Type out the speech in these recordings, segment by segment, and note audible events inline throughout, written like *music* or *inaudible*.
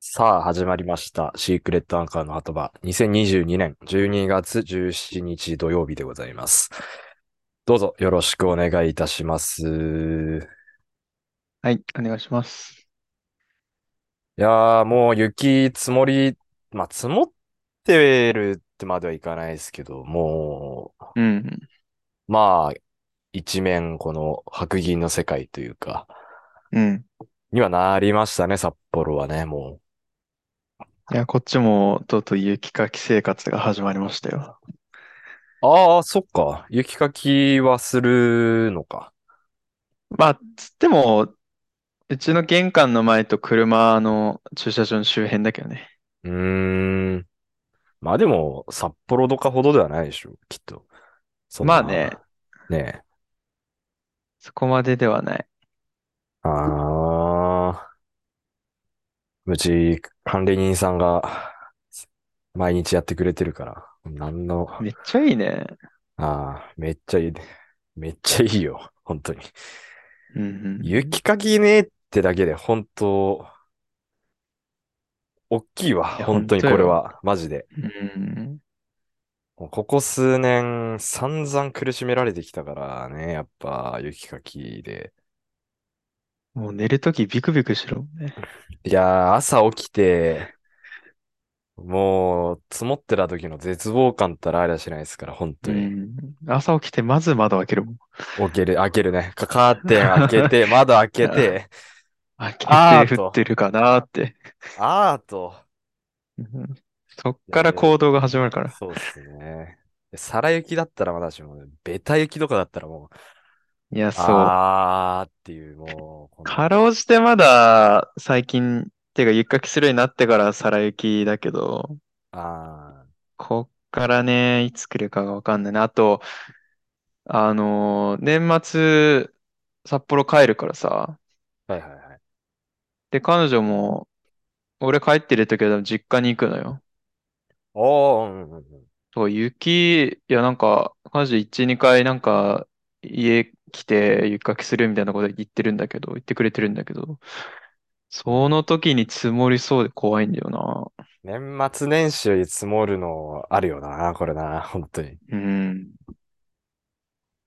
さあ、始まりました。シークレットアンカーの後場。2022年12月17日土曜日でございます。どうぞよろしくお願いいたします。はい、お願いします。いやー、もう雪積もり、まあ、積もってるってまではいかないですけど、もう、うん。まあ、一面この白銀の世界というか、うん。にはなりましたね、札幌はね、もいや、こっちもとうとう雪かき生活が始まりましたよ。う。ああ、そっか。雪かきはするのか。まあ、つっても、うちの玄関の前と車の駐車場の周辺だけどね。うーん。まあでも、札幌とかほどではないでしょう、きっと。そんまあな、ね、ねえ。そこまでではない。ああ、うち、管理人さんが、毎日やってくれてるから、なんの、めっちゃいいね。ああ、めっちゃいい、めっちゃいいよ、本当に。うんうんうん。雪かきねってだけで、本当、大きいわ、いや、本本当に当これよ。は、マジで。うん。もうここ数年、散々苦しめられてきたからね、やっぱ、雪かきで。もう寝るときビクビクしろもんね。いやー、朝起きて、もう、積もってた時の絶望感ったらありゃしないですから、本う当に。ん。朝起きてまず窓開けるもん。起きる、開けるね。かカーテン開け *laughs* て、窓開けて、開けあてー降と、ってるかなって。あーと。うんそっいやかいらや、行動が始まるから。そうっすね。皿雪だったらまだしも、ベタ雪とかだったらもう、いや、そう。あーっていう、もう、この、かろうじてまだ最近、てか雪かきするようになってから皿雪だけど、あー、こっからね、いつ来るかがわかんないな。あと、あのー年末、札幌帰るからさ。はいはいはい。で、彼女も、俺帰ってる時は多分実家に行くのよ。おー、うんうんうん。そう、雪、いや、なんか、彼女1、2回、なんか、家来て雪かきするみたいなこと言ってるんだけど、言ってくれてるんだけど、その時に積もりそうで怖いんだよな。年末年始より積もるのあるよな、これな、本当に。うん。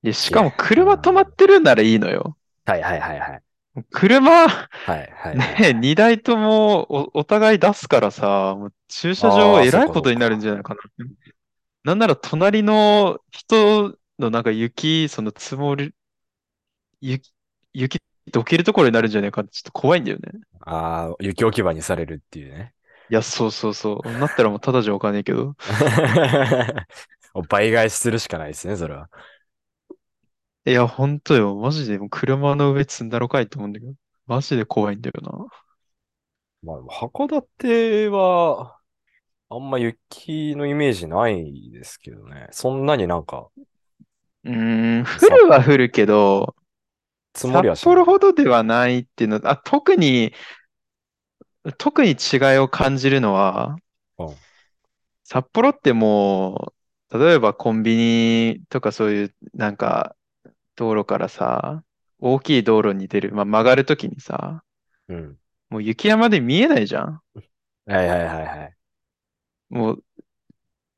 で、しいかや、もう車止まっんてるならいいのよ。はいはいはいはい。車、はいはいはいね、はい。 2台ともお、お互い出すからさ、もう駐車場ああ、えそっらかいこそっとになるんか。じゃないかな。なんなら隣の人のなんか雪、その積もる、雪、雪どけるところになるんじゃないかってちょっと怖いんだよね。ああ、雪置き場にされるっていうね。 *laughs* いや、そうそうそう。なったらもうただじゃおかねえけど。お倍返しするしかないですね、それは。いや、ほんとよ。マジでもう車の上積んだろかいと思うんだけど。マジで怖いんだよな。まあ、函館は、あんま雪のイメージないですけどね。そんなになんか、うーん、降さ、るは降るけど、積も札りはしな幌い。ほどではないっていうの、あ、特に、特に違いを感じるのは、うん。札幌ってもう、例えばコンビニとかそういうなんか道路からさ、大きい道路に出る、まあ、曲がるときにさ、うん。もう雪山で見えないじゃん。はいはいはいはい。もう、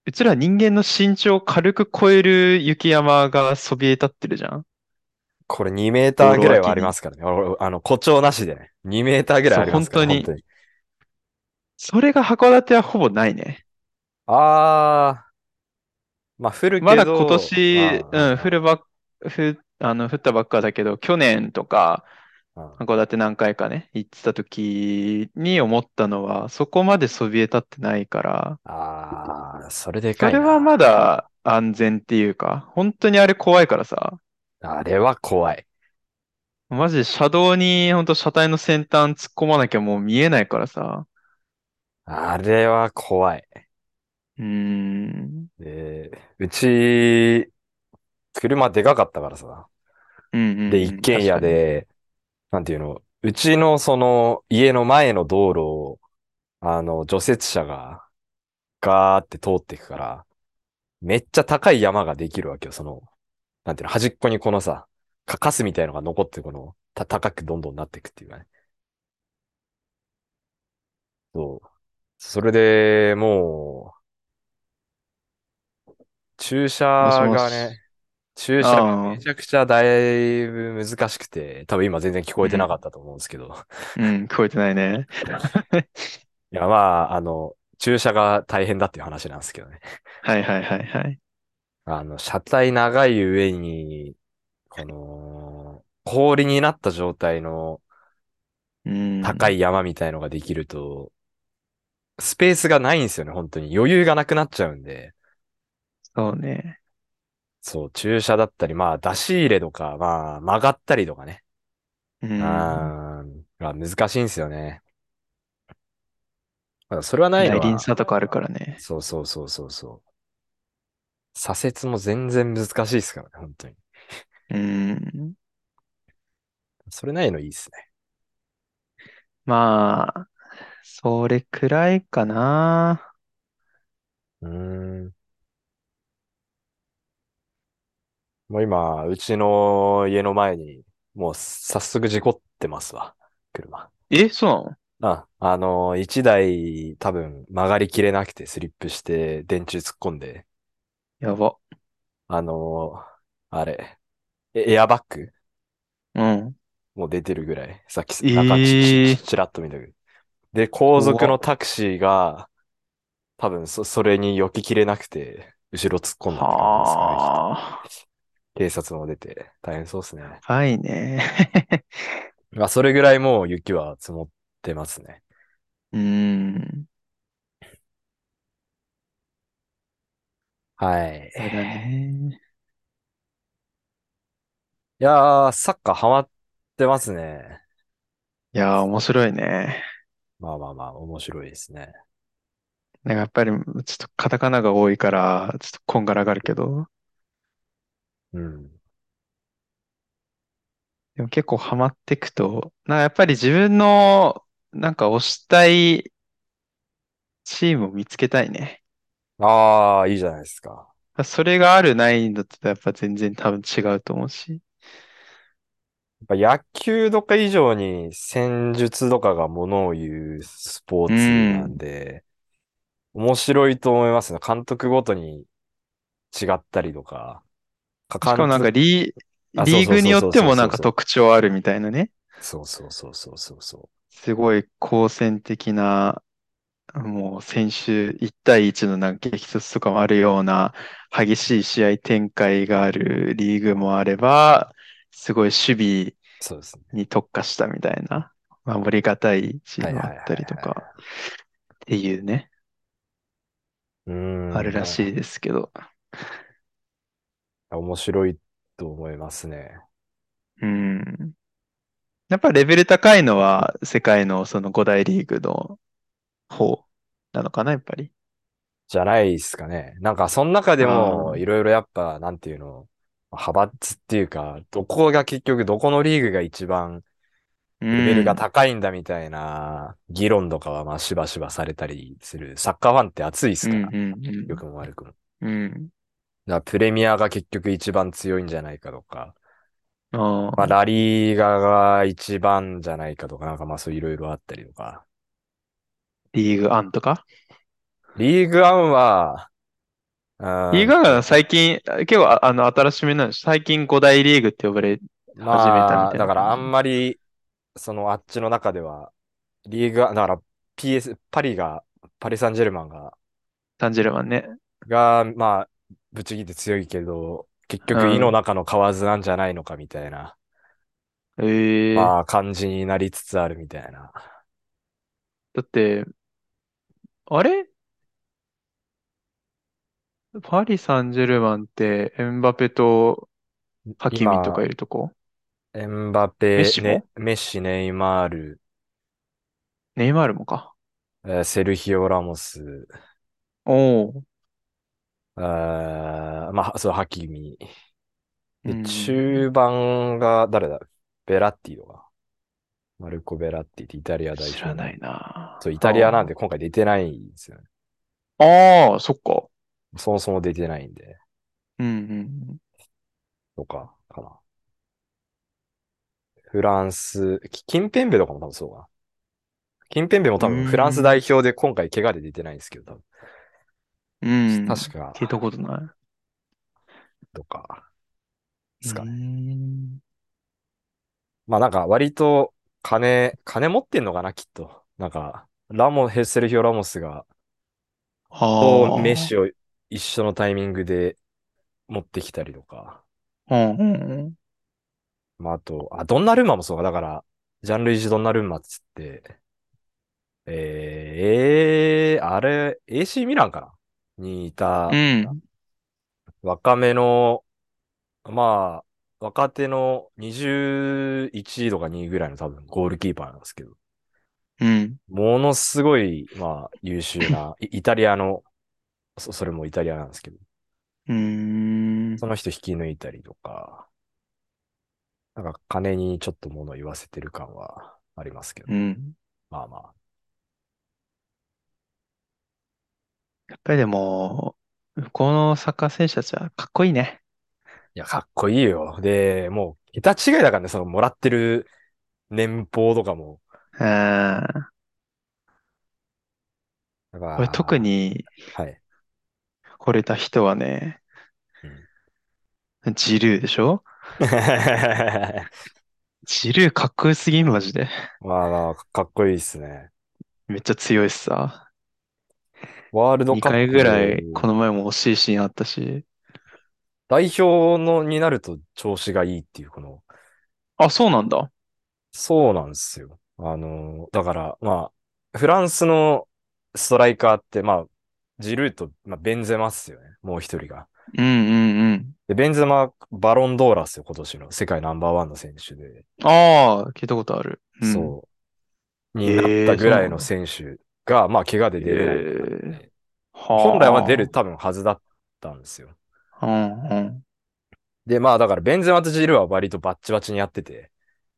うちら人間の身長を軽く超える雪山がそびえ立ってるじゃん。これ2メーター道路ぐらいはあ脇りまに。すからね。おあの、誇張なしでね。2メーターぐらいそあう、りま本すから、当本に。当に。それが函館はほぼないね。あー、まあ降るまけだ今ど、年、うん、降あるば、降、あの、降ったばっかだけど、去年とか、ー、あー函館何回かね、行ってた時に思ったのは、そこまでそびえ立ってないから、あー、それでそかいれはな。まだ安全っていうか、本当にあれ怖いからさ、あれは怖い。マジで車道に本当車体の先端突っ込まなきゃもう見えないからさ、あれは怖い。うーん、で、うち、車でかかったからさ。うんうで、一んうん、軒確家かに。で、なんていうの、うちのその家の前の道路を、あの、除雪車がガーって通っていくから、めっちゃ高い山ができるわけよ。その、なんていうの、端っこにこのさ、かカスみたいのが残って、この、た、高くどんどんなっていくっていうかね。そう。それでもう、駐車もしもがし。ね、注射があめあ、ちゃくちゃだいぶ難しくて、多分今全然聞こう、えてなんかったと思うんですけど。うん、聞こえてないね。いや、まあ、あの、注射が大変だっていう話なんですけどね。はいはいはいはい。あの、車体長い上に、この、氷になった状態のう高ん。い山みたいのができると、スペースがないんですよね、本当に。余裕がなくなっちゃうんで。そうね。そう、駐車だったり、まあ、出し入れとか、まあ、曲がったりとかね。う。うんん、が難しいんですよね。ただそれはない内の輪は、差とかあるからね。そうそうそうそうそう。左折も全然難しいですからね、本当に。うん。それないのいいですね。まあ、それくらいかな。うーん。もう今、うちの家の前に、もう早速事故ってますわ、車。え、そうなのあ、あのー、一台多分曲がりきれなくてスリップして電柱突っ込んで、やば。あのー、あれ、エエアバッグうん。もう出てるぐらい、さっき中ち、ち、えち、えちらっと見たけど。で、後続怖っ。のタクシーが、多分そ、それに避けきれなくて、後ろ突っ込んだって感じですかね、きっと。はあ。警察も出て、大変そうですね。やばいね。 *laughs* まあ、それぐらいもう雪は積もってますね。うん。はい。そうだね。いやー、サッカーハマってますね。いやー、面白いね。まあまあまあ、面白いですね。なんかやっぱり、ちょっとカタカナが多いから、ちょっとこんがらがるけど、うん。でも結構ハマってくと、なんかやっぱり自分の、なんか推したいチームを見つけたいね。ああ、いいじゃないですか。それがあるないんだとやっぱ全然多分違うと思うし。やっぱ野球とか以上に戦術とかがものを言うスポーうツなんん。で、面白いと思いますね。監督ごとに違ったりとか、か、し監かもなんか督、リー、あ、そうリーそうグにそうよっそうてそうもそなんうかそう。特徴あるみたいなね。そうそうそうそうそうそう。すごい好戦的な、もう選手1対1のなんか激突とかもあるような激しい試合展開があるリーグもあれば、すごい守備そうですね。に特化したみたいな、守りがたいチはーいムはいあはいったりとはかっていうね、い。うあるーん、らなしいですけど。面白いと思いますね。うん。やっぱレベル高いのは世界のその5大リーグの方なのかな、やっぱり。じゃないですかね。なんか、その中であも、あ。いろいろやっぱ、なんていうの、派閥っていうか、どこが結局、どこのリーグが一番うレベルがん。高いんだみたいな議論とかは、まあ、しばしばされたりする。サッカーファンって熱いですうかんら、良くも悪くも。だかうんうん。らプレミアが結局一番強いんじゃないかとか、うん。まあ、ああ。ラリーガが一番じゃないかとか、なんかまあ、そういろいろあったりとか。リーグアンとかリーグワンは、うリーーんグアンと、は最近、結構ああの新しめなんです。最近5大リーグって呼ばれ始めたみまあ、たいだなから感あじ。んまり、そのあっちの中では、リーグは、だから PS、パリが、パリ・サンジェルマンが、サンジェルマンね。が、まあ、ぶち切って強いけど、結う局、井のん。中の蛙なんじゃないのかみたいな、ええまあ、感じになりつつあるみたいな。だって、あれパリ・サンジェルマンってエンバペとハキミとか今、いるとこエンバメッペ、シね、もメッシ、ネイマール、ネイマールもか。えーセルヒオ・ラモス、おお。あーまあ、そう、ハキミ。うで、ん。中盤が、誰だベラッティとか。マルコ・ベラッティってイタリア代知表らなの。いなそう、イタリアなんぁ。で今回出てないんですよね。ああ。ああ、そっか。そもそも出てないんで、うんうんうん。とか、かな。フランス、キキンペンベとかも多分そうかな。キンペンベも多う分んフランス代表で今回怪我で出てないんですけど、多うん。分確か、聞いたことない。とか、ですかね。ね。まあなんか割と金、金持ってんのかな、きっと。なんか、ラモ、ヘッセルヒオ・ラモスが、あとあ。メッシを一緒のタイミングで持ってきたりとか。うんうんうん。まああと、あ、ドンナルンマもそうか。だから、ジャンルイジ・ドンナルンマっつって、えー、あれ、AC ミランかなにいたう、ん。若めの、まあ、若手の21とか2ぐらいの多分ゴールキーパーなんですけど、うん。ものすごい、まあ、優秀 *laughs* な、イイタリアの、そそれもイタリアなんですけど、うーん。その人引き抜いたりとか、なんか金にちょっと物言わせてる感はありますけど、うん。まあまあ。やっぱりでも、向こうのサッカー選手たちはかっこいいね。いや、かっこいいよ。で、もう、桁違いだからね、そのもらってる年俸とかも。うん。だからこれ特。にはい。 *laughs* 惚れた人はね、ジルーでしょジルーかっこよすぎん、マジで。まあまあ、かっこいいっすね。めっちゃ強いしさ。ワールド2カップ。回ぐらい、この前も惜しいシーンあったし。代表のになると調子がいいっていう、この、あ、そうなんだ。そうなんですよ。あの、だから、まあ、フランスのストライカーって、まあ、ジルーと、まあ、ベンゼマっすよね。もう一人が。うんうんうん。で、ベンゼマ、バロンドーラっすよ、今年の。世界ナンバーワンの選手で。ああ、聞いたことある。うんそう。えにーなったぐらいの選手が、まあ、怪我で出れないえーはあ本来は出る多分はずだったんですよ。うんうん。で、まあ、だから、ベンゼマとジルーは割とバッチバチにやってて、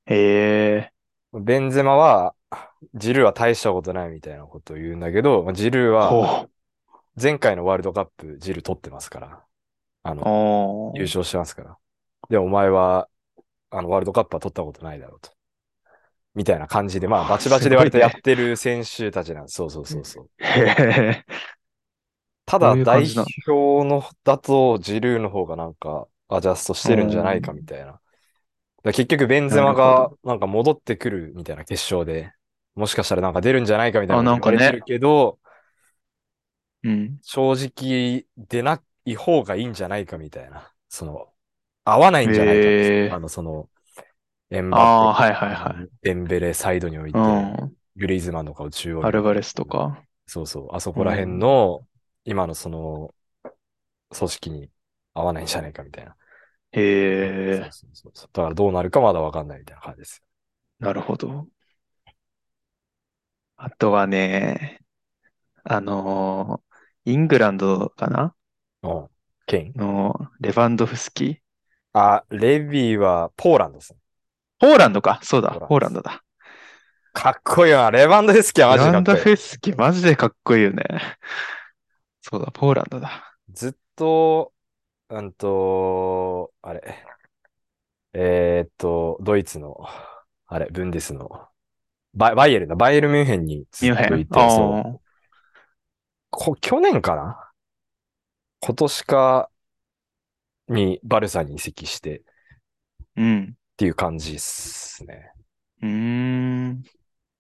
へえ。ベンゼマは、ジルーは大したことないみたいなことを言うんだけど、まあジルーは、ほ前回のワールドカップ、ジル取ってますから。あう。の、ああ。優勝してますから。で、お前は、あの、ワールドカップは取ったことないだろうと。みたいな感じで、まあ、バチバチで割とやってる選手たちなんです。そうそうそうそう。へえ。たどだ、ういう代感じなの表の、だと、ジルーの方がなんか、アジャストしてるんじゃないかみたいな。だから結局、ベンゼマなるが、なんか戻ってくるみたいな決勝で、もしかしたらなんか出るんじゃないかみたいなあなんかね言われてるけど、うん。正直出ない方がいいんじゃないかみたいな、その、合わないんじゃないかって、へーあの、その、エンああ、バはいはいペ、はい。デンベレサイドに置いてう、ん。グリーズマンとかを中央にアルバレスと。か。そうそう、あそこら辺の、今のその、組織に合わないんじゃないかみたいな。へそうえ。そうそうそうだからどうなるかまだわかんないみたいな感じです。なるほど。あとはね、あのーイングランドかなうん。ケインの、レバンドフスキあ、レビーはポーランドですね。ポーランドか。そうだ、ポポーーラランンドドだ。かっこいいわ。レバンドフスキはマジレでバかっこンドいい。フスキ、マジでかっこいいよね。そうだ、ポーランドだ。ずっと、うんと、あれ、えーっと、ドイツの、あれ、ブンデスの、バイバイエルだ、バイエルミュンヘンにずミュンっヘとンい。て、そうこ、去年かな今年かにバルサに移籍してっうん。うんていう感じっすね。うーん。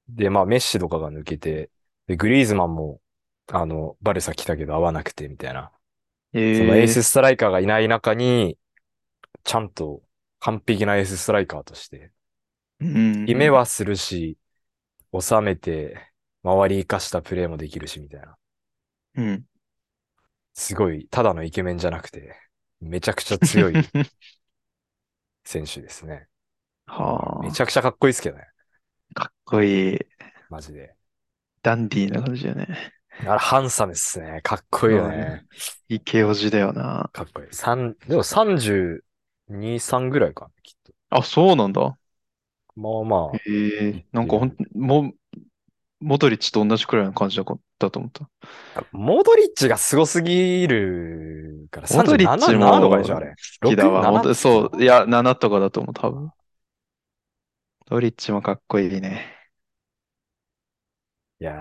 で、まあ、メッシとかが抜けて、で、グリーズマンも、あの、バルサ来たけど合わなくて、みたいな。そのえエーースストライカーがいない中に、ちゃんと完璧なエースストライカーとして、うん夢はするし、収めて、周り生かしたプレーもできるし、みたいな。うん。すごい、ただのイケメンじゃなくて、めちゃくちゃ *laughs* 強い選手ですね。はめあち。ゃくちゃかっこいいですけどね、かっこいい。マジで。ダンディーな感じだよね。あれ、ハンサムっすね。かっこいいようんね。イケオジだよな。かっこいい。三、でも32、3ぐらいかな、きっと。あ、そうなんだ。まあまあ、ええなんかほん、もう、モドリッチと同じくらいの感じだこだと思った。モドリッチがすごすぎるから、モドリッチも37とかでしょ、あれ。好きだわ。 6モド7そう、いや、7とかだと思う、多分。モドリッチもかっこいいね。いやー、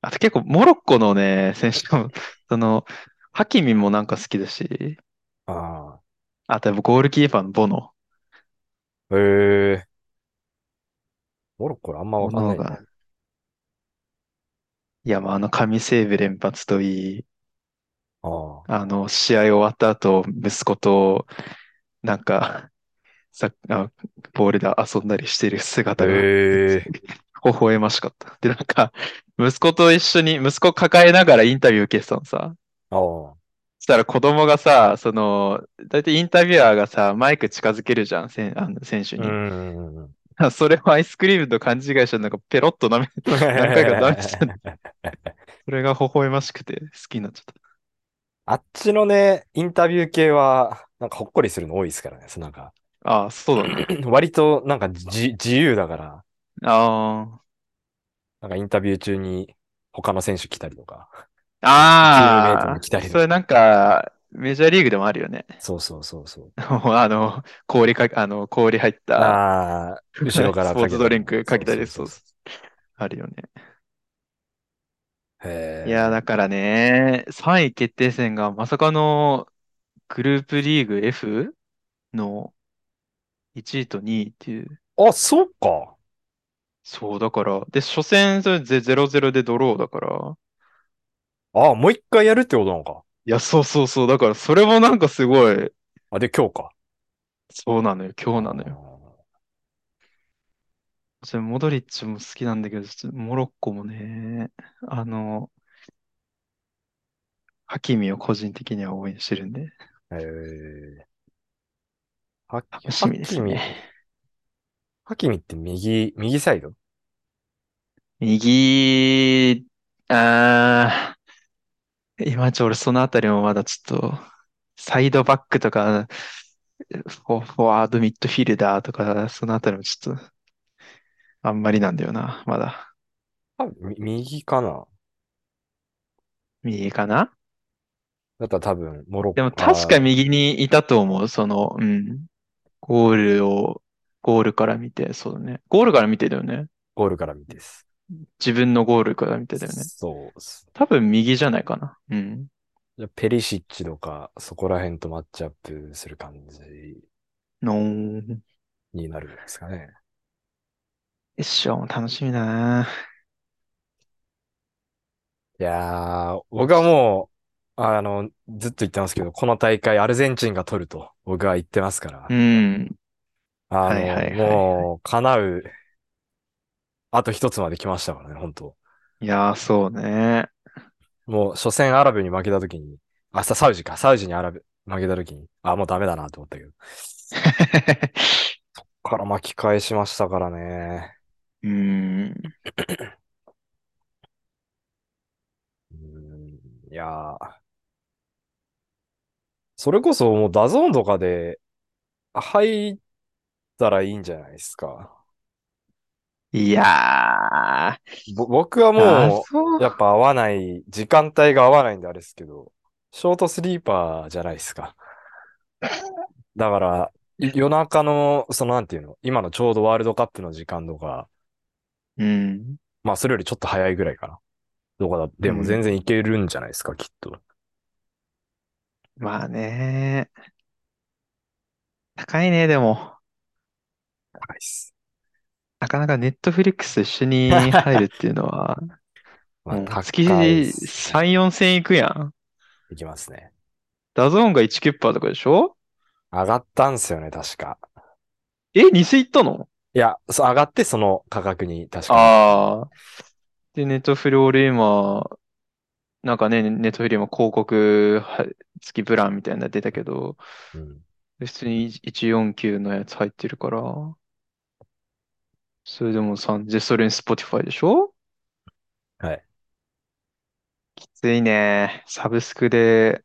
あと結構モロッコのね、選手も、 *laughs* その、ハキミもなんか好きだし、ああとやっぱゴールキーパーのボノ。ー、へえ。モロッコあんまわボかんなノいな。が。いや、まあ、あの神セーブ連発といい、あーあの、試合終わった後、息子と、なんか、さ、あ、ボールで遊んだりしてる姿が、へえ。微笑ましかった。で、なんか、息子と一緒に、息子抱えながらインタビュー受けてたのさ。あーそしたら子供がさ、その、大体インタビュアーがさ、マイク近づけるじゃん、せん、あの選手うに。んうん。 *laughs* それをアイスクリームと勘違いして、なんかペロッと舐め、何回か舐めちゃ *laughs* う。それが微笑ましくて好きになっちゃった。あっちのね、インタビュー系は、なんかほっこりするの多いですからね。そうなんか、 *clears throat* ああ、そうだね。割となんかじ自由だから、あなんかインタビュー中に他の選手来たりと *laughs* か。チあ。あームメイトあに来たりとかそれなんか、メジャーリーグでもあるよね。 *laughs* そうそうそうそう。もうあの、氷か、あの、氷入った、ああ、後ろから *laughs* スポーかけツたドりリンクかけたり、そううあるよね。そう。へいや、え。だからね、3位決定戦がまさかのグループリーグ F の1位と2位っていう。あ、そうか。そう、だから、で、初戦、それで0-0でドローだから。あ、もう一回やるってことなのか。いや、そうそうそう。だから、それもなんかすごい、あ、で、今日か。そうなのよ、今日なのよ。それモドリッチも好きなんだけど、ちょっとモロッコもね、あの、ハキミを個人的には応援してるんで、あー。へえ。は、楽しみですハキミ。ね。ハキミって右、右サイド右、あー、今ちょ俺そのあたりもまだちょっと、サイドバックとか、フォフォワードミッドフィルダーとか、そのあたりもちょっと、あんまりなんだよな、まだ。あ、み右かな。右かなだったら多分、モロッコ。でも確かに。右にいたと思う。その、うん。ゴールを、ゴールから見て、そうだね。ゴールから見てだよね。ゴールから見てです。自分のゴールから見てだよね。そうっす。多分右じゃないかな。うん。じゃあペリシッチとか、そこら辺とマッチアップする感じのーになるんですかね。一生も楽しみだな。いやー、僕はもう、あの、ずっと言ってますけど、この大会アルゼンチンが取ると僕は言ってますから、うん。あはいはいはいはいの、もう叶う、あと一つまで来ましたからね、本当。いやー、そう *laughs* ね。もう初戦アラブに負けた時に、明日サウジか、サウジにアラブ負けた時に、あ、もうダメだなと思ったけど、から巻き返しましたからね。うん。うん、いやー、それこそもうダゾーンとかで入ったらいいんじゃないですか。いやー。ぼ僕はあもそうう、やっぱ合わない、時間帯が合わないんであれですけど、ショートスリーパーじゃないですか。だから、い夜中の、そのなんていうの、今のちょうどワールドカップの時間とか、うん。まあそれよりちょっと早いぐらいかな。とかだでうもん全然いけるんじゃないですか、きっと。まあね。高いね、でも。高いっす。なかなかネットフリックスと一緒に入るっていうの *laughs* は、まあ、うん高月いっす3、4千いくやん。いきますね。ダゾーンが1キュッパーとかでしょ上がったんすよね、確か。え、2世いったのいや、そう上がってその価格に、確かに。ああ。で、ネットフリ俺今、なんかね、ネットフリ今広告は付きプランみたいなの出たけど、うん普通に149のやつ入ってるから、それでも3、で、それに Spotify でしょはい。きついね。サブスクで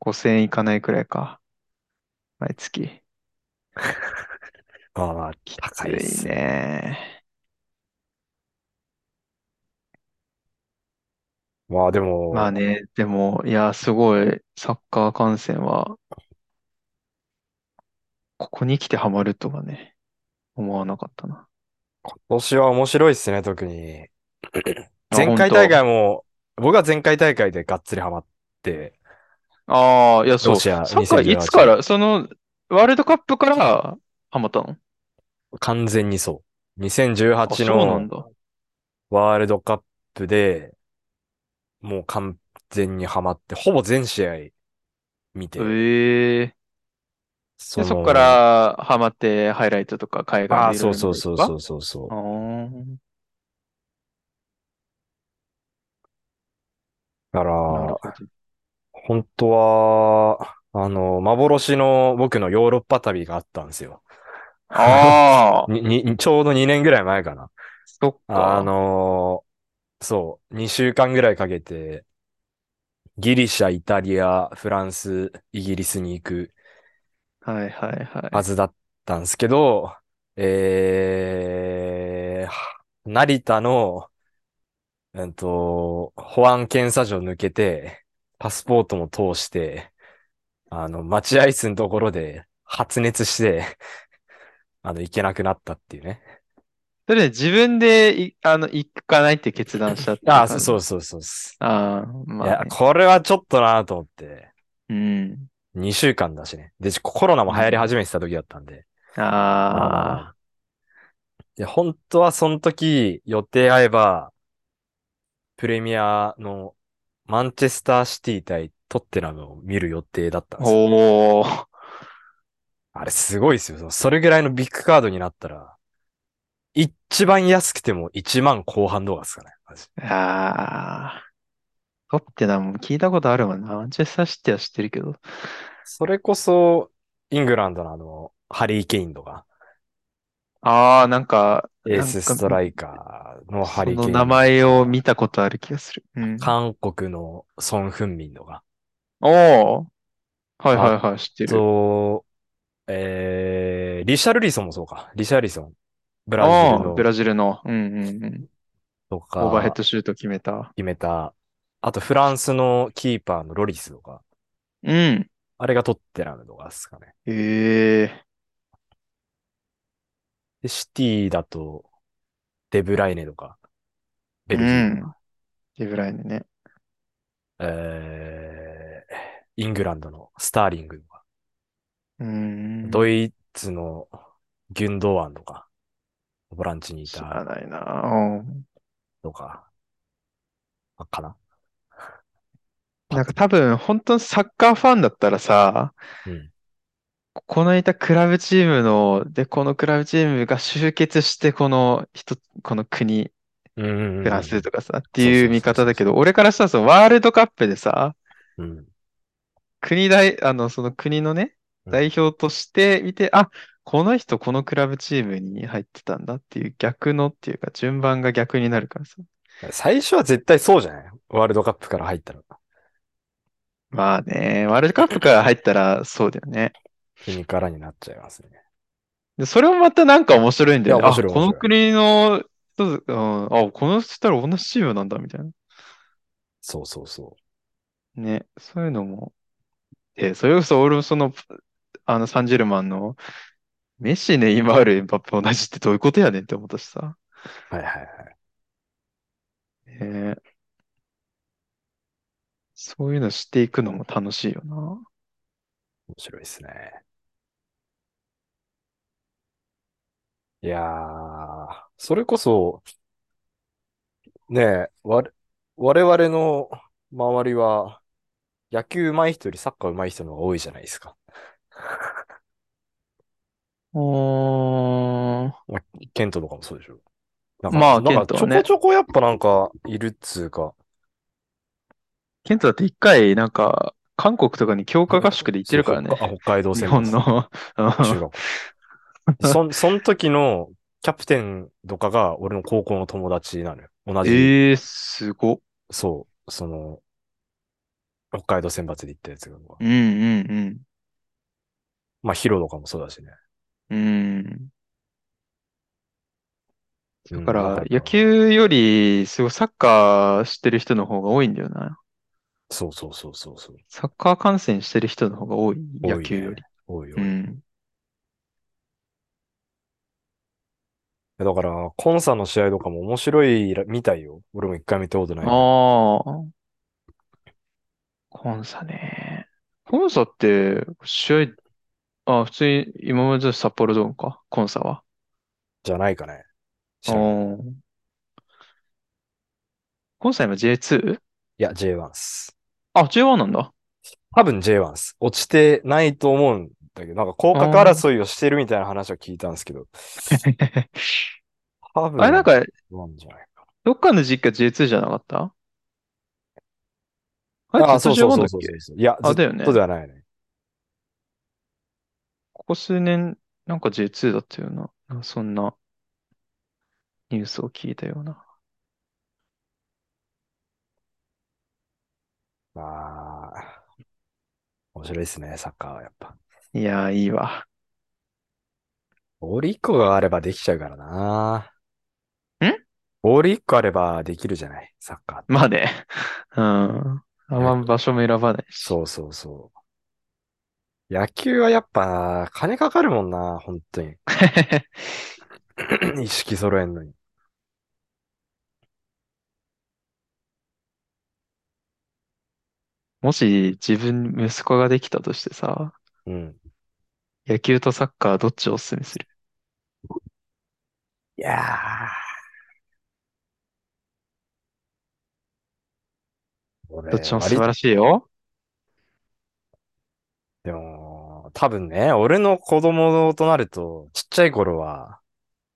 5000いかないくらいか。毎月。まあまあ、き高いっつすいね。ね。まあでも、まあね、でも、いや、すごい、サッカー観戦は、ここに来てハマるとはね、思わなかったな。今年は面白いっすね、特に。あ前本回当大会も、僕は前回大会でがっつりハマって、ああ、いや、そう。ロシアサッカーいつから、その、ワールドカップからハマったの完全にそう。あ、 2018そうのなんだ。ワールドカップで、もう完全にハマって、ほぼ全試合見て、ええそで、そのっからハマって、ハイライトとか海ああ、外でいそうろいろそう見てそうそうそうそとかうあ。ーだから、なるほど。本当は、あの、幻の僕のヨーロッパ旅があったんですよ。あ *laughs* あ、ににちょうど2年ぐらい前かな。そっか。あのーそう、2週間ぐらいかけて、ギリシャ、イタリア、フランス、イギリスに行くはいはいはい。はずだったんですけど、えー、成田の、うんと、保安検査所抜けて、パスポートも通して、あの、待合室のところで発熱して、あの、行けなくなったっていうね。それで自分でい、あの、行かないって決断したっていうああ、感じそうそうそうそう。ああ、まいあや、ねこれはちょっとなと思って、うん。 2週間だしね。で、コロナも流行り始めてた時だったんで。ああ、あ。いや、本当はその時予定合えば、プレミアのマンチェスターシティ対トッテナムを見る予定だったんですよ。おおー。あれすごいですよ。それぐらいのビッグカードになったら、一番安くても1万後半とかですかね。マジああ。トッテナム聞いたことあるもんな。マンチェスターシティは知ってるけど。それこそ、イングランドのあの、ハリー・ケインとか、ああ、なんか、エーなスんかストライカーのハリー・そケイのン。名前を見たことある気がする。うん。韓国のソン・フンミンとか。おお。はいはいはい、知ってる。と、えー、リシャルリソンもそうか。リシャルリソン。ブラああ、ジルのブラジルの。うんうんうん。とか、オーバーヘッドシュート決めた。決めた。あと、フランスのキーパーのロリスとか。うん。あれがトッテナムとかですかね。ええ。で、シティだと、デブライネとか、ベルギうーとん。デブライネね。えーイングランドのスターリングとか、うん。ドイツのギュンドアンとか、ボランチにい知らたないな。うんとか、あかな。なんか多分、本当にサッカーファンだったらさ、うんこのいたクラブチームの、で、このクラブチームが集結して、この人、この国、うんうんうんフランスとかさ、ってそうそういそうう見方だけど、俺からしたらそのワールドカップでさ、うん。国代、あの、その国のね、うん代表として見て、あ、この人、このクラブチームに入ってたんだっていう逆のっていうか、順番が逆になるからさ。最初は絶対そうじゃないワールドカップから入ったら。まあね、ワールドカップから入ったらそうだよね。国からになっちゃいますね。で、それもまたなんか面白いんだよいね。やあ、面白いこの面白い国の人ず、うん、あ、この人ら同じチームなんだ、みたいな。そうそうそね、そういうのも。え、それこそ俺もその、あの、サンジェルマンの、メッシ、ネイマール、エムバペ同じってどういうことやねんって思ったしさ。う。はいはいはい。えそういうのしていくのも楽しいよな。面白いですね。いやー、それこそ、ねえ、われ、我々の周りは、野球上手い人よりサッカー上手い人の方が多いじゃないですか。おー、まあ、ケントとかもそうでしょ。なんまなあんかケントはねちょこちょこやっぱなんか、いるっつうか、ケントだって一回、なんか、韓国とかに強化合宿で行ってるからね。そう北海あ北海道日戦本ですの、 *laughs* 中学校。 *laughs* そ *laughs* ん、その時のキャプテンとかが俺の高校の友達なのよ。同じ、ええー、すごっ。そう、その、北海道選抜で行ったやつが。うんうんまあ、ヒロとかもそうだしね。うん。うん。だだから、野球より、すごいサッカーしてる人の方が多いんだよな。そうそうそうそうそう。サッカー観戦してる人の方が多い、野球より。多いよ。うん。やだから、コンサの試合とかも面白いらみたいよ。俺も一回見たことないけど。ああ。コンサね。コンサって、試合、あ、普通に今までの札幌ドームか、コンサは。じゃないかね。知あらんいーコンサ今 J2? や、J1 っす。あ、J1 なん *laughs* だ。多分 J1 っす。落ちてないと思うんだけど、なんか降格争いをしてるみたいな話は聞いたんですけど、多分あれなんか、 J1 じゃないかどっかの実家 J2 じゃなかったあれな。あ、ずそうっとそう J1 そうそうそだっけう。いや、ずあ、っだよねと。ではないね。ここ数年、なんか J2 だったような、なんかそんなニュースを聞いたような。まあ、面白いですね、サッカーはやっぱ。いやー、いいわ。ボール1個があればできちゃうからな。んボール1個あればできるじゃない、サッカーって。まあね。うん。あんま場所も選ばないし。 *laughs* そうそうそう。野球はやっぱ、金かかるもんな、本当に。 *clears throat* 意識揃えんのに。もし自分息子ができたとしてさ、うん。野球とサッカーどっちをおすすめするいやー。俺どっちも素晴割らしいよ。でも、多分ね、俺の子供となると、ちっちゃい頃は、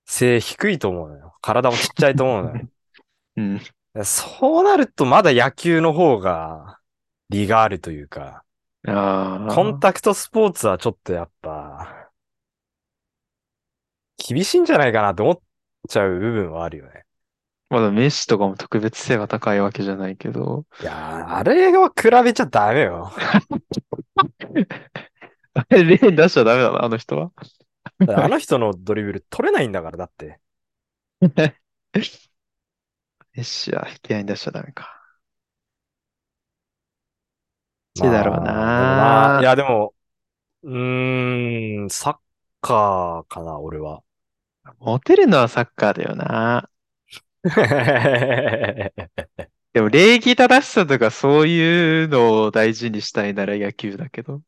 背低いと思うのよ。体もちっちゃいと思うのよ。 *laughs* うん。そうなると、まだ野球の方が、利があるというか、ああ。コンタクトスポーツはちょっとやっぱ、厳しいんじゃないかなって思っちゃう部分はあるよね。まだメッシとかも特別背が高いわけじゃないけど、 *laughs* いやー、あれは比べちゃダメよ。あれ例に出しちゃダメだな、あの人は。だからあの人のドリブル取れないんだから、だって。メッシは引き合いに出しちゃダメか。どっちだろうなまあでもないや、でも、うーん、サッカーかな、俺は。 *laughs* モテるのはサッカーだよな。でも礼儀正しさとかそういうのを大事にしたいなら野球だけど。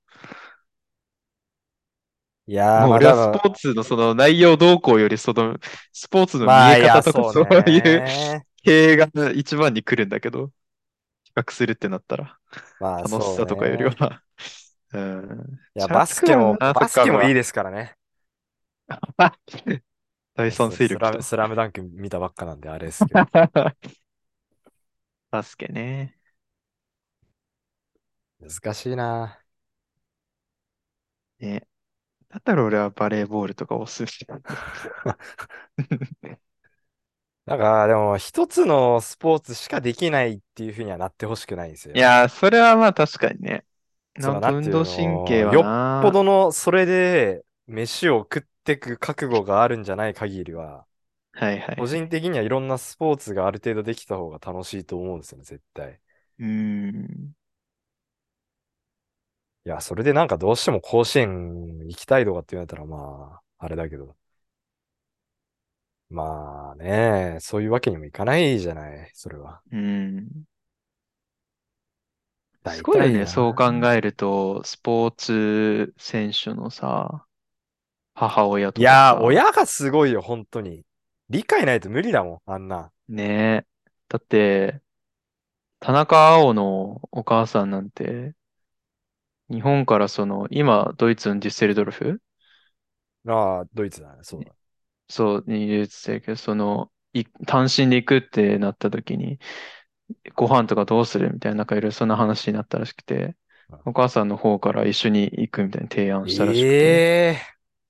いやー、もうまあ俺多は分スポーツのその内容動向よりそのスポーツの見まあ、えいや方とかそそうういうね。経営が一番に来るんだけど、比較するってなったらまあ、楽しさとかよりは。 *laughs* うん。いや、ちゃんとバスケも、作るなバスケサッカーもはいいですからね。あ第三勢ス力ラムだ。スラムダンク見たばっかなんで、あれですけど。 *laughs* バスケね。難しいな。ね。だったら俺はバレーボールとかおすすめ。なんか、でも、一つのスポーツしかできないっていうふうにはなってほしくないんですよ。いやー、それはまあ確かにね。そのなんかなんて運いうの動神経はよっな。ほどの、それで、飯を食ってく覚悟があるんじゃない限りは、はいはい。個人的にはいろんなスポーツがある程度できた方が楽しいと思うんですよね、絶対。うーん。いや、それでなんかどうしても甲子園行きたいとかって言われたら、まあ、あれだけど。まあね、そういうわけにもいかないじゃない、それは。うん。大すごいよ体ね、なそう考えると、スポーツ選手のさ、母親といかやー、さ親がすごいよ、本当に。理解ないと無理だもん、あんな。ねえ。だって、田中碧のお母さんなんて、日本からその、今、ドイツのデュッセルドルフああ、ドイツだね、そうだ。そう、に言ってたけど、その、い単身で行くってなった時に、ご飯とかどうするみたいな、なんかいろいろそんな話になったらしくてうん、お母さんの方から一緒に行くみたいな提案したらしくて、ええ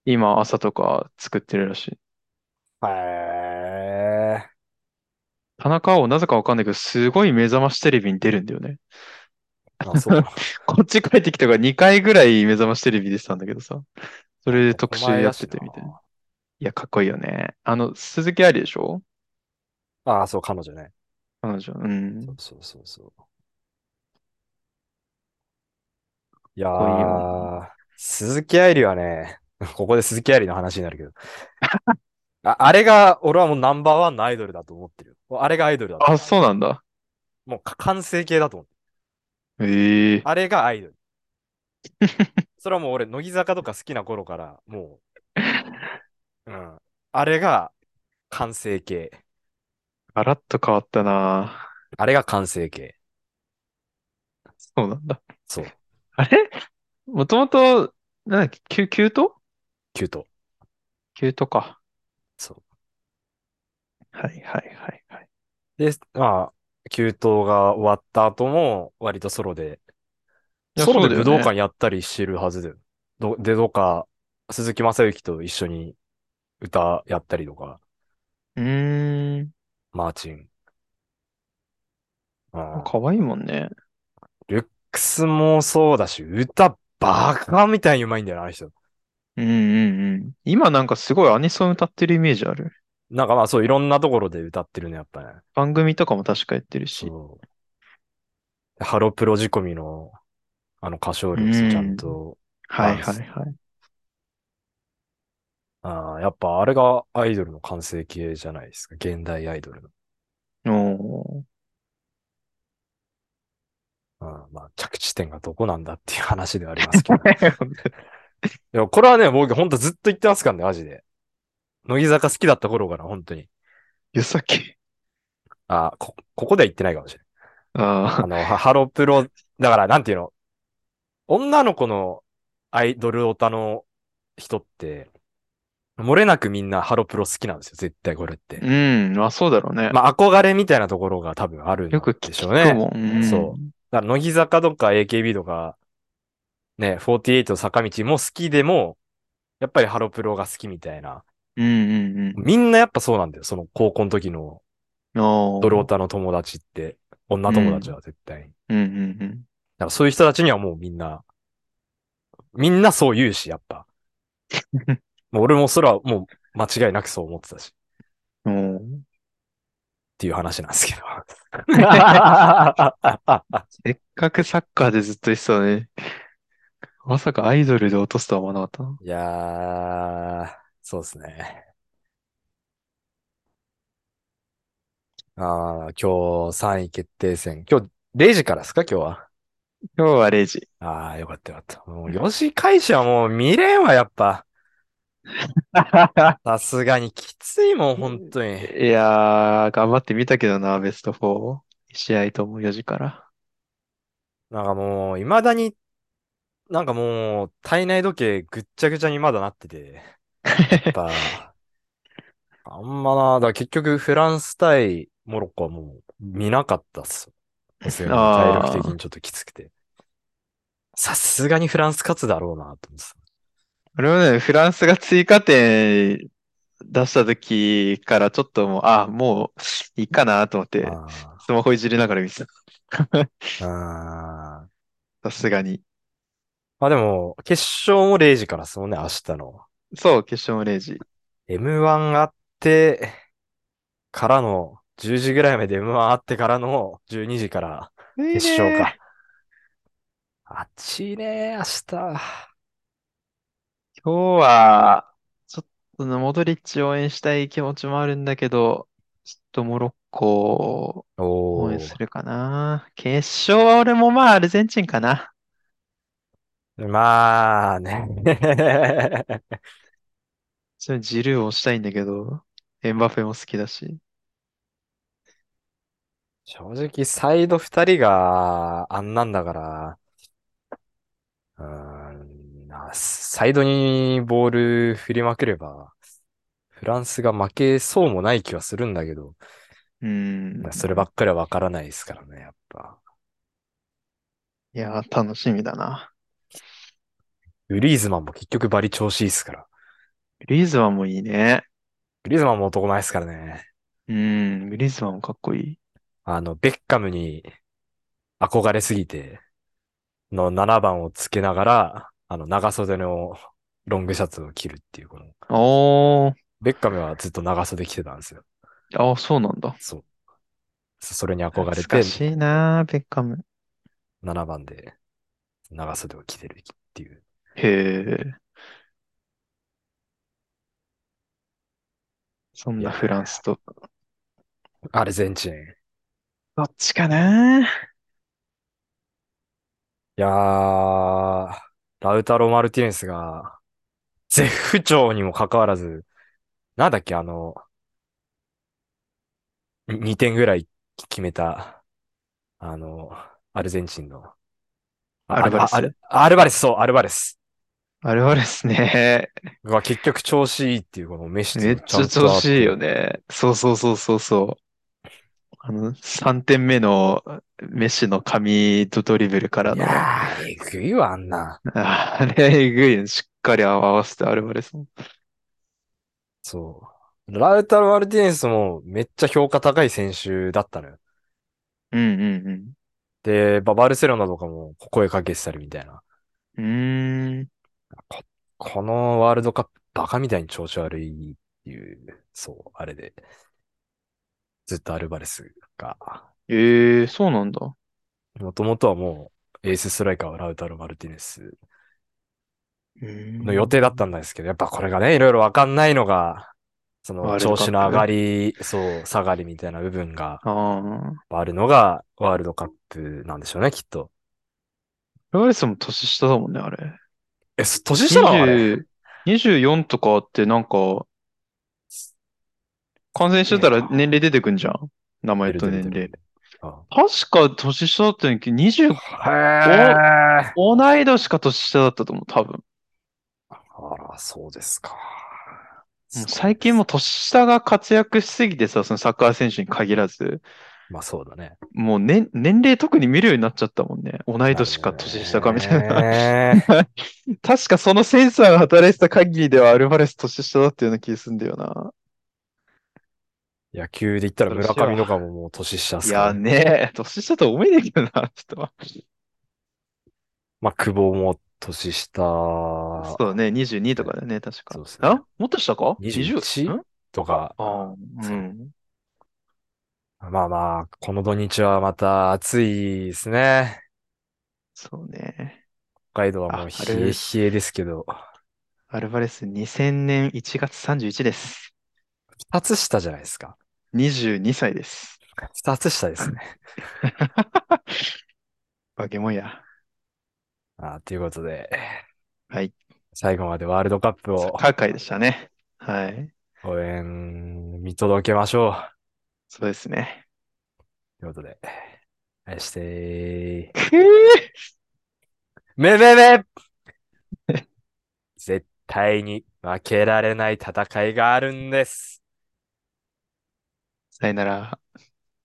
今朝とか作ってるらしい。ー。へえ。田中碧、なぜかわかんないけど、すごい目覚ましテレビに出るんだよね。あ、そう。こっち帰ってきたから2回ぐらい目覚ましテレビ出てたんだけどさ、そ *laughs* れで特集やっててみたいな。ないや、かっこいいよね。あの、鈴木愛理でしょああ、そう、彼女ね。彼女。うん。そうそうそうそう。いやっこいいーよ、 *laughs* 鈴木愛理はね、ここで鈴木愛理の話になるけど。 *laughs* あ、あれが、俺はもうナンバーワンのアイドルだと思ってるよ。あれがアイドルだと思あ、う。そうなんだ。もうか完成形だと思ってる。ええあれがア *laughs* イドル。それはもう俺、乃木坂とか好きな頃から、もう、うん。あれが完成形。ガラッと変わったな。あれが完成形。そうなんだ。そう。あれもともと、なんだっけ、キュ、キュートキュート。キュートか。そう。はいはいはいはい。で、まあ、急騰が終わった後も、割とソロで、いやソロそうでだよ武道ね館やったりしてるはずだよ。どで、どうか、鈴木雅之と一緒に歌やったりとか、うーん。マーチン。うん。可愛いもんね。ルックスもそうだし、歌バカみたいにうまいんだよな、あの人。うんうんうん。今なんかすごいアニソン歌ってるイメージある。なんかまあそう、いろんなところで歌ってるね、やっぱね。番組とかも確かやってるし。そう。ハロプロ仕込みの、あの歌唱力うんちゃんと、はいダンスはいはい。ああ、やっぱあれがアイドルの完成形じゃないですか。現代アイドルの。おー。ああまあ、着地点がどこなんだっていう話ではあります *laughs* *laughs* けど。いや、これはね、僕ほんとずっと言ってますからね、マジで。乃木坂好きだった頃から、本当に。ゆさき。ああ、こ、ここでは言ってないかもしれない。ああの、ハ *laughs* ハロプロ、だから、なんていうの、女の子のアイドルオタの人って、漏れなくみんなハロプロ好きなんですよ、絶対これってあ。。うん。まあそうだろうね。まあ、憧れみたいなところが多分あるんよくで聞しょうくね。もん。そだから乃木坂とか AKB とか、ね、48坂道も好きでも、やっぱりハロプロが好きみたいな。うん。うんうんみんなやっぱそうなんだよ。その高校の時のうん。おードロータの友達って、女友達は絶対に。だうんうんうん。からそういう人たちにはもうみんな、みんなそう言うし、やっ *laughs* ぱ。もう俺もそれはもう間違いなくそう思ってたし、っおーていう話なんです *laughs* けど。 *laughs* いせっかくサッカーでずっと言ってたのに、まさかアイドルで落とすとは思わなかったな。やー、そうですね。ああ、今日3位決定戦。今日0時からですか今日は。今日は0時。ああ、よかったよかった。もう4時開始はもう見れんわ、やっぱ。さすがにきついもん、本当に。いやー、頑張ってみたけどな、ベスト4を。1試合とも4時から。なんかもう、未だに、なんかもう、体内時計ぐっちゃぐちゃにまだなってて。やっぱ、あんまな、だから結局フランス対モロッコはもう見なかったっ *laughs* す。さすがにあー体力的にちょっときつくて。さすがにフランス勝つだろうなと思ってた。俺はね、フランスが追加点出した時からちょっともう、あ、もういいかなと思って、あスマホいじりながら見てた。ーあー。さすがに。まあでも、決勝も0時からですもんね、明日の。そう、決勝も0時。 M1 あって、からの、10時ぐらいまで M1 あってからの12時から決勝か。あっちいね、明日。今日は、ちょっとねモドリッチ応援したい気持ちもあるんだけど、ちょっとモロッコをお応援ーす。るかな。決勝は俺もまあアルゼンチンかな。まあね。ちょっとジルーをしたいんだけど、エンバフェも好きだし。 *laughs* 正直、サイド二人があんなんだから、うーん、なサイドにボール振りまくれば、フランスが負けそうもない気はするんだけど、うん。そればっかりはわからないですからね、やっぱ。いやー、楽しみだな。グリーズマンも結局バリ調子いいですから。グリーズマンもいいね。グリーズマンも男前ですからね。うん、グリーズマンもかっこいい。あの、ベッカムに憧れすぎて、の7番をつけながら、あの、長袖のロングシャツを着るっていう、この、おー。ベッカムはずっと長袖着てたんですよ。ああ、そうなんだ。そう。そそれに憧れ懐かて、しいなー、ベッカム。 7番で長袖を着てるっていう。へえ。そんいやなフランスと。アルゼンチン。いどっちかなやー、ラウタロ・マルティネスが、絶不調にもかかわらず、なんだっけ、あの、2点ぐらい決めた、あの、アルゼンチンの。あアルバレスああアルバレス、そう、アルバレス。あれはですね。が結局調子いいっていう、このメッシとめっちゃんちゃと調子いいよね。ね。そうそうそうそうそう。あの、3点目のメッシの神ドドリブルからいの。やー、えぐいわ、あんな。あれ、えぐいよね。しっかり合わせてアルバレスも。そう。ラウタロ・マルティネスもめっちゃ評価高い選手だったのよ。うんうんで、ババルセロナとかも声かけてたりみたいな。うん。うーん。このワールドカップバカみたいに調子悪いっていう、そう、あれで。ずっとアルバレスが、ええそうなんだ。もともとはもうエースストライカーはラウタロ・マルティネスの予定だったんですけど、やっぱこれがね、いろいろわかんないのが、そワーのルドカッ調プ子の上がり、そう、下がりみたいな部分がああ。あるのがワールドカップなんでしょうね、きっと。アルバレスも年下だもんね、あれ。え、す年下なのあれ20 24とかってなんか、感染してたら年齢出てくんじゃん。名前と年齢。あ確か年下だったんやけど、20、へえ。同い年か年下だったと思う、多分。もあら、そうですか。う最近も年下が活躍しすぎてさ、そのサッカー選手に限らず、まあそうだね。もう年、年齢特に見るようになっちゃったもんね。同い年か年下かみたいな。な。 *laughs* 確かそのセンサーが働いてた限りではアルバレス年下だったような気がするんだよな。 *laughs* 野球で言ったら村上とかももう年下っいすからやね、ね、年下とは思えないけどな、ちょっまあ久保も年下と。そうね、22とかだよね、確か。そうですねあもっと下か21 ?20? んとか。ああ、。そううんまあまあ、この土日はまた暑いですね。そうね。北海道はもうあ冷え冷えですけど。アルバレス2000年1月31です。二つ下じゃないですか。 22歳です。二つ下ですね。化け物や。あということで、はい。最後までワールドカップサをッカー界でしたね。はい。応援見届けましょう。そうですね。ということで、愛してー。くぅめめめ絶対に負けられない戦いがあるんです。さよなら。